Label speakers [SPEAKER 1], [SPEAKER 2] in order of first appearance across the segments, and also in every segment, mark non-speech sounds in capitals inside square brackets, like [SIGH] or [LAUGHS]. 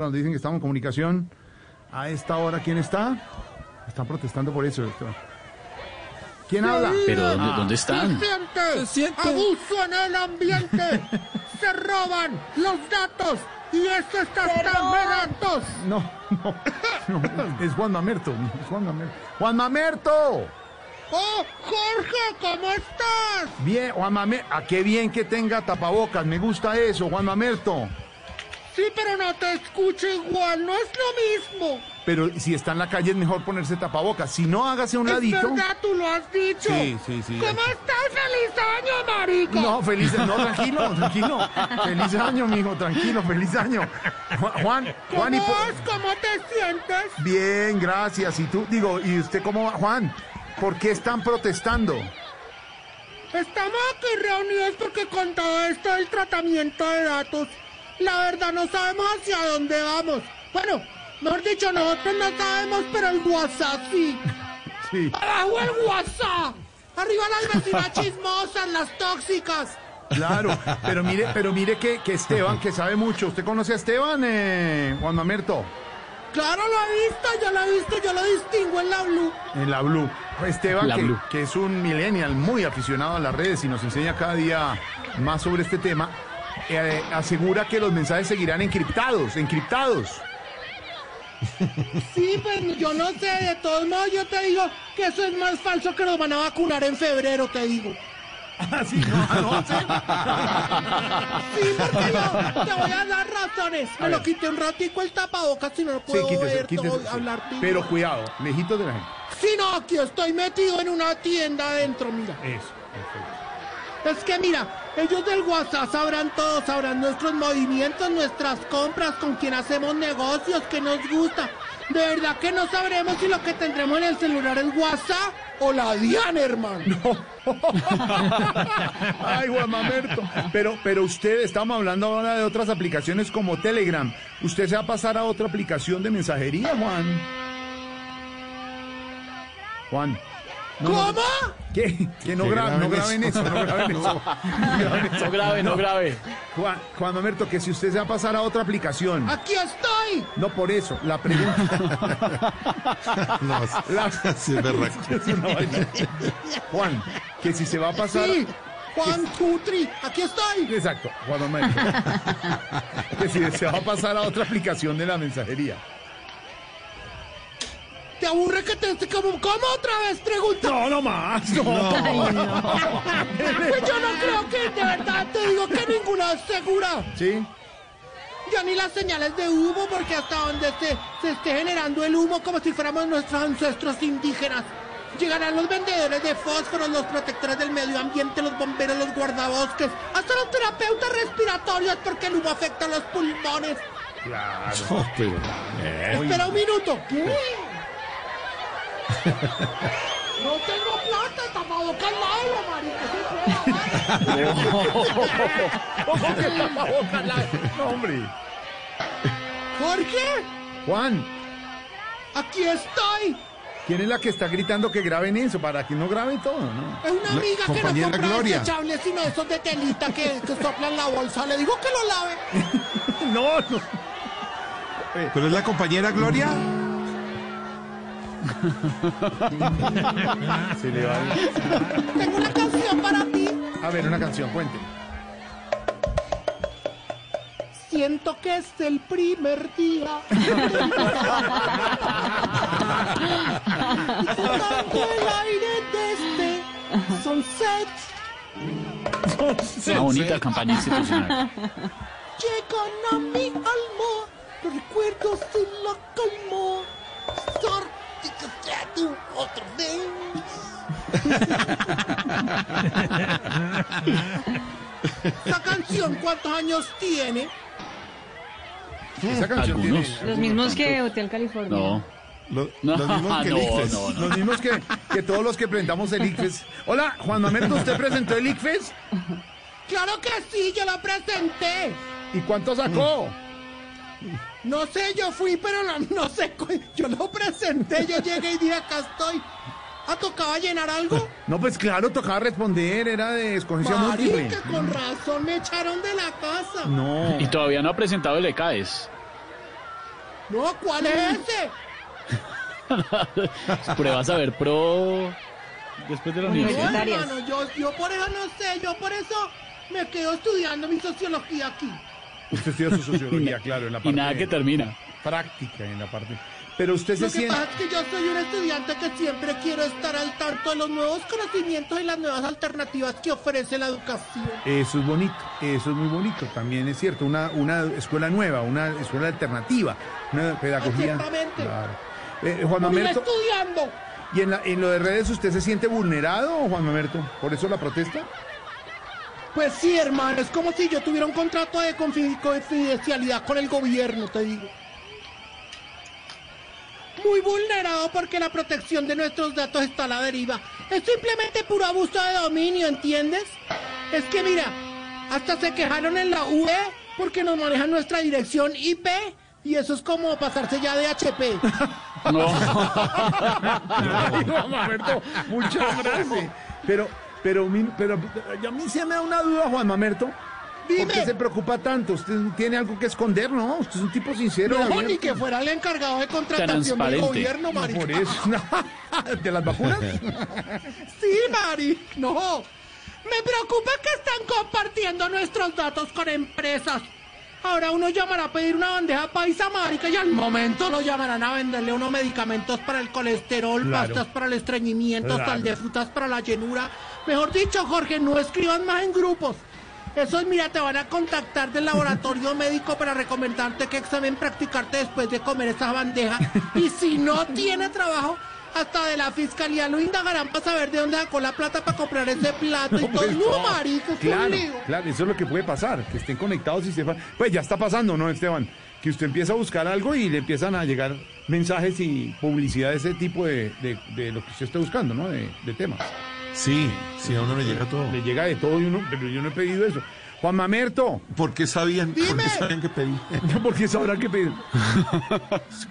[SPEAKER 1] Nos dicen que estamos en comunicación. A esta hora, ¿quién está? Están protestando por eso, doctor. ¿Quién habla? Ah.
[SPEAKER 2] Pero ¿dónde, dónde están?
[SPEAKER 3] Se siente.
[SPEAKER 4] abuso en el ambiente,
[SPEAKER 2] [LAUGHS]
[SPEAKER 4] se roban los datos y esto está tan barato.
[SPEAKER 1] No, no, no, Es Juan Mamerto. es Juan Mamerto. ¡Juan Mamerto!
[SPEAKER 4] ¡Oh, Jorge, ¿cómo estás?
[SPEAKER 1] Bien, Juan Mamerto. Ah, qué bien que tenga tapabocas. Me gusta eso, Juan Mamerto.
[SPEAKER 4] Sí, pero no te escucho igual, no es lo mismo.
[SPEAKER 1] Pero si está en la calle es mejor ponerse tapabocas. Si no, hágase a un
[SPEAKER 4] Es
[SPEAKER 1] ladito.
[SPEAKER 4] verdad, tú lo has dicho.
[SPEAKER 1] Sí, sí, sí.
[SPEAKER 4] ¿Cómo estás? ¡Feliz año, marico!
[SPEAKER 1] No, feliz No, tranquilo, tranquilo. Feliz año, mijo, tranquilo, feliz año. Ju- Juan,
[SPEAKER 4] ¿Cómo
[SPEAKER 1] Juan y... po-
[SPEAKER 4] vas? ¿Cómo te sientes?
[SPEAKER 1] Bien, gracias. Y tú, digo, ¿y usted cómo va, Juan? ¿Por qué están protestando?
[SPEAKER 4] Estamos aquí reunidos porque con todo esto del tratamiento de datos, la verdad no sabemos hacia dónde vamos. Bueno, mejor dicho, nosotros no sabemos, pero el WhatsApp sí.
[SPEAKER 1] Sí.
[SPEAKER 4] ¡Abajo el WhatsApp! ¡Arriba las vecinas chismosas, las tóxicas!
[SPEAKER 1] Claro, pero mire, pero mire que, que Esteban, que sabe mucho. ¿Usted conoce a Esteban, eh, Juan Mamerto?
[SPEAKER 4] Claro, lo he visto, yo lo he visto, yo lo distingo en la blue.
[SPEAKER 1] En la Blue. Esteban,
[SPEAKER 2] La
[SPEAKER 1] que,
[SPEAKER 2] Blue.
[SPEAKER 1] que es un millennial muy aficionado a las redes y nos enseña cada día más sobre este tema, eh, asegura que los mensajes seguirán encriptados, encriptados.
[SPEAKER 4] Sí, pues yo no sé, de todos modos yo te digo que eso es más falso que nos van a vacunar en febrero, te
[SPEAKER 1] [LAUGHS]
[SPEAKER 4] digo.
[SPEAKER 1] Así Ah, no,
[SPEAKER 4] [LAUGHS] Sí, porque yo te voy a dar razones. Me lo quité un ratico el tapabocas, si no lo
[SPEAKER 1] Sí,
[SPEAKER 4] puedo
[SPEAKER 1] quítese,
[SPEAKER 4] ver,
[SPEAKER 1] quítese,
[SPEAKER 4] no voy
[SPEAKER 1] sí.
[SPEAKER 4] a hablar tú.
[SPEAKER 1] Pero cuidado, lejitos de la gente.
[SPEAKER 4] Si no, aquí estoy metido en una tienda adentro, mira.
[SPEAKER 1] Eso, perfecto.
[SPEAKER 4] Es que mira, ellos del WhatsApp sabrán todo, sabrán nuestros movimientos, nuestras compras, con quién hacemos negocios, qué nos gusta. De verdad que no sabremos si lo que tendremos en el celular es WhatsApp o la DIAN, hermano. [LAUGHS]
[SPEAKER 1] Ay, Juan Mamerto. Pero, pero usted, estamos hablando ahora de otras aplicaciones como Telegram. ¿Usted se va a pasar a otra aplicación de mensajería, Juan? Juan. no, no,
[SPEAKER 4] ¿Cómo?
[SPEAKER 1] ¿Qué? Que no,
[SPEAKER 5] Que
[SPEAKER 1] gra- no
[SPEAKER 5] graben
[SPEAKER 1] graben eso, no
[SPEAKER 5] [LAUGHS]
[SPEAKER 1] graben eso.
[SPEAKER 2] No grave, no grave.
[SPEAKER 1] Juan, Juan Mamerto, que si usted se va a pasar a otra aplicación.
[SPEAKER 5] Ah.
[SPEAKER 4] Aquí estoy.
[SPEAKER 1] No por eso, la pregunta.
[SPEAKER 5] [LAUGHS] No,
[SPEAKER 1] La-
[SPEAKER 5] sí, es berraco.
[SPEAKER 1] [LAUGHS] es una vaina. Juan, que si se va a pasar.
[SPEAKER 4] Sí, Juan Cutri, aquí estoy.
[SPEAKER 1] Exacto, Juan [LAUGHS] Mamerto. que si se va a pasar a otra aplicación de la mensajería.
[SPEAKER 4] ¿Te aburre que te esté como... ¿Cómo otra vez? Pregunta.
[SPEAKER 1] No, no más. No.
[SPEAKER 4] [LAUGHS] Pues yo no creo que, de verdad, te digo que ninguna es segura.
[SPEAKER 1] ¿Sí?
[SPEAKER 4] Ya ni las señales de humo, porque hasta donde se, se esté generando el humo como si fuéramos nuestros ancestros indígenas. Llegarán los vendedores de fósforos, los protectores del medio ambiente, los bomberos, los guardabosques, hasta los terapeutas respiratorios, porque el humo afecta los pulmones.
[SPEAKER 1] [LAUGHS]
[SPEAKER 5] No, pero-
[SPEAKER 4] Espera un minuto. ¿Qué? [LAUGHS] No tengo plata, tapabocas la marica.
[SPEAKER 1] ¿Cómo que tapaboca la- [LAUGHS] No, hombre.
[SPEAKER 4] Jorge,
[SPEAKER 1] Juan,
[SPEAKER 4] aquí estoy.
[SPEAKER 1] ¿quién es la que está gritando que graben eso? Para que no graben todo, ¿no?
[SPEAKER 4] Es una amiga que no
[SPEAKER 5] compañera
[SPEAKER 4] compra
[SPEAKER 5] Gloria.
[SPEAKER 4] desechables, sino esos de telita que, que soplan la bolsa. Le digo que lo lave.
[SPEAKER 1] No, no.
[SPEAKER 5] ¿Pero es la compañera Gloria?
[SPEAKER 1] Se le va el-
[SPEAKER 4] Tengo una canción para ti.
[SPEAKER 1] A ver, una canción, cuente.
[SPEAKER 4] Siento que es el primer día. Y tocando el aire de este sunset
[SPEAKER 2] Una bonita campaña institucional.
[SPEAKER 4] llegan a mi alma. Los recuerdos y la calma. Sor- y que sea tú otra vez. Esta canción, ¿cuántos años tiene?
[SPEAKER 1] Esa canción
[SPEAKER 2] Algunos.
[SPEAKER 1] tiene-
[SPEAKER 3] Los mismos que Hotel California.
[SPEAKER 2] No.
[SPEAKER 5] Lo-
[SPEAKER 2] No, Ah,
[SPEAKER 5] los mismos que
[SPEAKER 2] [LAUGHS] no,
[SPEAKER 5] Licfes.
[SPEAKER 2] no, no.
[SPEAKER 1] Los mismos que, que todos los que presentamos el ICFES. Hola, Juan Mamerto, ¿usted presentó el ICFES?
[SPEAKER 4] ¡Claro que sí! ¡Yo lo presenté!
[SPEAKER 1] ¿Y cuánto sacó?
[SPEAKER 4] No sé, yo fui, pero no, no sé. cu- Yo lo presenté, yo llegué y dije, acá estoy. ¿Ha tocado llenar algo?
[SPEAKER 1] No, pues claro, tocaba responder, era de escogencia múltiple.
[SPEAKER 4] Marica, con razón me echaron de la casa. No,
[SPEAKER 1] No.
[SPEAKER 2] Y todavía no ha presentado el E ECAES.
[SPEAKER 4] ¿cuál es ese?
[SPEAKER 2] Pruebas a ver pro. Después de la universidad.
[SPEAKER 4] No,
[SPEAKER 3] Varias.
[SPEAKER 4] hermano, yo, yo por eso no sé, yo por eso me quedo estudiando mi sociología aquí.
[SPEAKER 1] Usted estudia su sociología, claro, en la
[SPEAKER 2] [LAUGHS] Y
[SPEAKER 1] parte
[SPEAKER 2] nada que termina.
[SPEAKER 1] práctica, en la parte. Pero usted se
[SPEAKER 4] Lo que
[SPEAKER 1] siente.
[SPEAKER 4] pasa es que yo soy un estudiante que siempre quiero estar al tanto de los nuevos conocimientos y las nuevas alternativas que ofrece la educación.
[SPEAKER 1] Eso es bonito, eso es muy bonito, también es cierto. Una, una escuela nueva, una escuela alternativa, una pedagogía.
[SPEAKER 4] Exactamente.
[SPEAKER 1] Claro. Eh, Juan
[SPEAKER 4] ¡Vivo
[SPEAKER 1] Mamerto,
[SPEAKER 4] estudiando!
[SPEAKER 1] ¿y en, la- en lo de redes usted se siente vulnerado, Juan Mamerto? ¿Por eso la
[SPEAKER 4] [LAUGHS]
[SPEAKER 1] protesta?
[SPEAKER 4] Pues sí, hermano, es como si yo tuviera un contrato de confi- confidencialidad con el gobierno, te digo. Muy vulnerado porque la protección de nuestros datos está a la deriva. Es simplemente puro abuso de dominio, ¿entiendes? Es que mira, hasta se quejaron en la UE porque nos manejan nuestra dirección IP y eso es como pasarse ya de HP.
[SPEAKER 2] No.
[SPEAKER 1] [LAUGHS] Ay, Juan Mamerto, muchas gracias. Pero, pero, mi- pero a mí se me da una duda, Juan Mamerto. ¿Por qué
[SPEAKER 4] Dime.
[SPEAKER 1] se preocupa tanto? Usted tiene algo que esconder, ¿no? Usted es un tipo sincero.
[SPEAKER 4] No,
[SPEAKER 1] abierto.
[SPEAKER 4] ni que fuera el encargado de contratación del
[SPEAKER 2] Transparente.
[SPEAKER 4] gobierno, marica.
[SPEAKER 1] Por eso. [LAUGHS] ¿De las vacunas?
[SPEAKER 4] Sí, Mari, no. Me preocupa que están compartiendo nuestros datos con empresas. Ahora uno llamará a pedir una bandeja paisa, marica, y al momento lo llamarán a venderle unos medicamentos para el colesterol,
[SPEAKER 1] Claro.
[SPEAKER 4] pastas para el estreñimiento,
[SPEAKER 1] Claro.
[SPEAKER 4] sal de frutas para la llenura. Mejor dicho, Jorge, no escriban más en grupos. Esos, mira, te van a contactar del laboratorio [LAUGHS] médico para recomendarte qué examen practicarte después de comer esa bandeja. Y si no tiene trabajo, hasta de la fiscalía lo indagarán para saber de dónde sacó la plata para comprar ese plato.
[SPEAKER 1] [LAUGHS]
[SPEAKER 4] y todo.
[SPEAKER 1] Pues,
[SPEAKER 4] no,
[SPEAKER 1] no.
[SPEAKER 4] marico, es un
[SPEAKER 1] Claro,
[SPEAKER 4] lío.
[SPEAKER 1] claro, eso es lo que puede pasar, que estén conectados y sepan. Pues ya está pasando, ¿no, Esteban? Que usted empieza a buscar algo y le empiezan a llegar mensajes y publicidad de ese tipo de, de- de lo que usted está buscando, ¿no? De, de temas.
[SPEAKER 5] Sí, sí, a uno le llega todo.
[SPEAKER 1] Le llega de todo y uno, pero yo no he pedido eso. Juan Mamerto, [LAUGHS]
[SPEAKER 5] ¿Por qué sabían, por
[SPEAKER 4] Dime.
[SPEAKER 5] qué sabían que pedí?
[SPEAKER 1] ¿por qué sabrá qué [LAUGHS] pedir?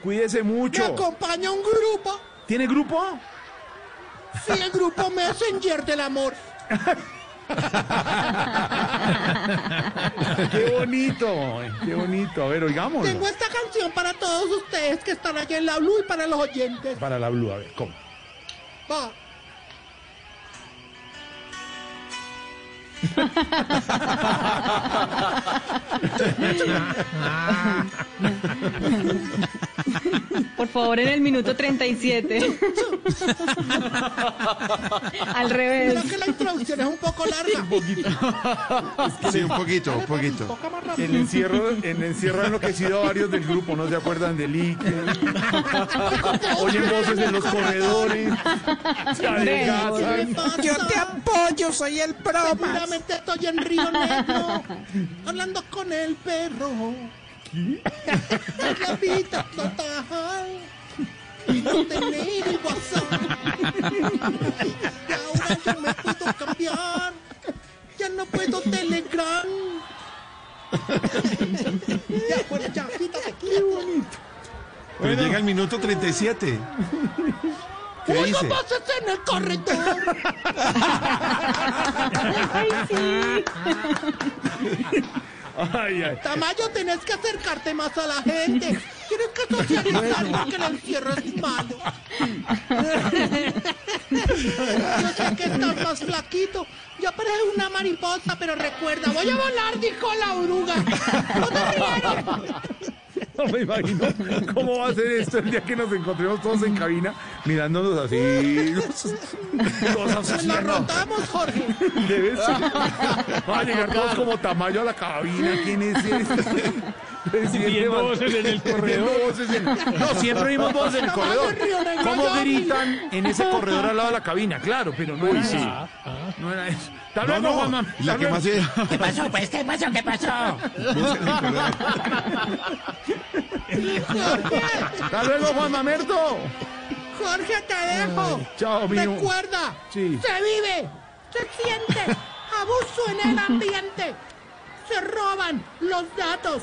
[SPEAKER 1] Cuídese
[SPEAKER 4] Me
[SPEAKER 1] mucho.
[SPEAKER 4] acompaña un grupo.
[SPEAKER 1] ¿Tiene grupo?
[SPEAKER 4] Sí, el grupo Messenger del amor.
[SPEAKER 1] Qué bonito, qué bonito. A ver, oigamos.
[SPEAKER 4] Tengo esta canción para todos ustedes que están allá en la Blue y para los oyentes.
[SPEAKER 1] Para la Blue, a ver, ¿cómo?
[SPEAKER 4] Va.
[SPEAKER 3] Por favor, en el minuto 37. Al
[SPEAKER 4] Mira
[SPEAKER 3] revés.
[SPEAKER 4] que la introducción es un poco larga.
[SPEAKER 5] Sí, un poquito, un poquito.
[SPEAKER 4] Toca más rápido.
[SPEAKER 1] El encierro, el encierro ha enloquecido a varios del grupo, ¿no se acuerdan de Lick? Oyen voces en los corredores. Se adelgazan.
[SPEAKER 4] Yo te apoyo, soy el pro. Seguramente estoy en Río Negro, hablando con el perro. ¿Qué? La vida total. Y no tener el WhatsApp. Ahora yo me puedo cambiar. Ya no puedo Telegram. ya, bueno, ya, quítate, quítate.
[SPEAKER 5] Pero llega el minuto 37. ¿Qué
[SPEAKER 4] Uy, no
[SPEAKER 5] dice?
[SPEAKER 4] pases en el corredor.
[SPEAKER 3] Ay, sí.
[SPEAKER 1] Ay, ay.
[SPEAKER 4] Tamayo, tenés que acercarte más a la gente. Tienes que socializar porque el encierro es malo. Yo sé que estás más flaquito. Yo parezco una mariposa, pero recuerda, voy a volar, dijo la oruga. No te rieron.
[SPEAKER 1] No me imagino cómo va a ser esto el día que nos encontremos todos en cabina mirándonos así. Los
[SPEAKER 4] Nos la
[SPEAKER 1] asesinos.
[SPEAKER 4] rotamos, Jorge.
[SPEAKER 1] Debe ser. Va a llegar todos como tamaño a la cabina. ¿Quién es [LAUGHS] este? Presidente
[SPEAKER 2] Viendo
[SPEAKER 1] Van-
[SPEAKER 2] voces en el corredor.
[SPEAKER 1] Viendo voces en- No, siempre vimos voces en el corredor.
[SPEAKER 4] Tamayo en Río Negro,
[SPEAKER 1] ¿Cómo
[SPEAKER 4] Johnny.
[SPEAKER 1] gritan en ese corredor al lado de la cabina? Claro, pero no
[SPEAKER 2] Uy,
[SPEAKER 1] era
[SPEAKER 2] sí.
[SPEAKER 1] eso. No era eso. Hasta
[SPEAKER 5] No,
[SPEAKER 1] luego,
[SPEAKER 5] no,
[SPEAKER 1] Juanma. Hasta
[SPEAKER 5] la que
[SPEAKER 1] luego.
[SPEAKER 5] más se...
[SPEAKER 4] ¿Qué pasó? Pues, ¿qué pasó? ¿Qué pasó? Jorge,
[SPEAKER 1] Hasta luego, Juan Mamerto.
[SPEAKER 4] Jorge, te dejo.
[SPEAKER 1] Chao, mijo.
[SPEAKER 4] Recuerda,
[SPEAKER 1] Sí.
[SPEAKER 4] se vive, se
[SPEAKER 1] [LAUGHS]
[SPEAKER 4] siente, abuso en el ambiente. Se roban los datos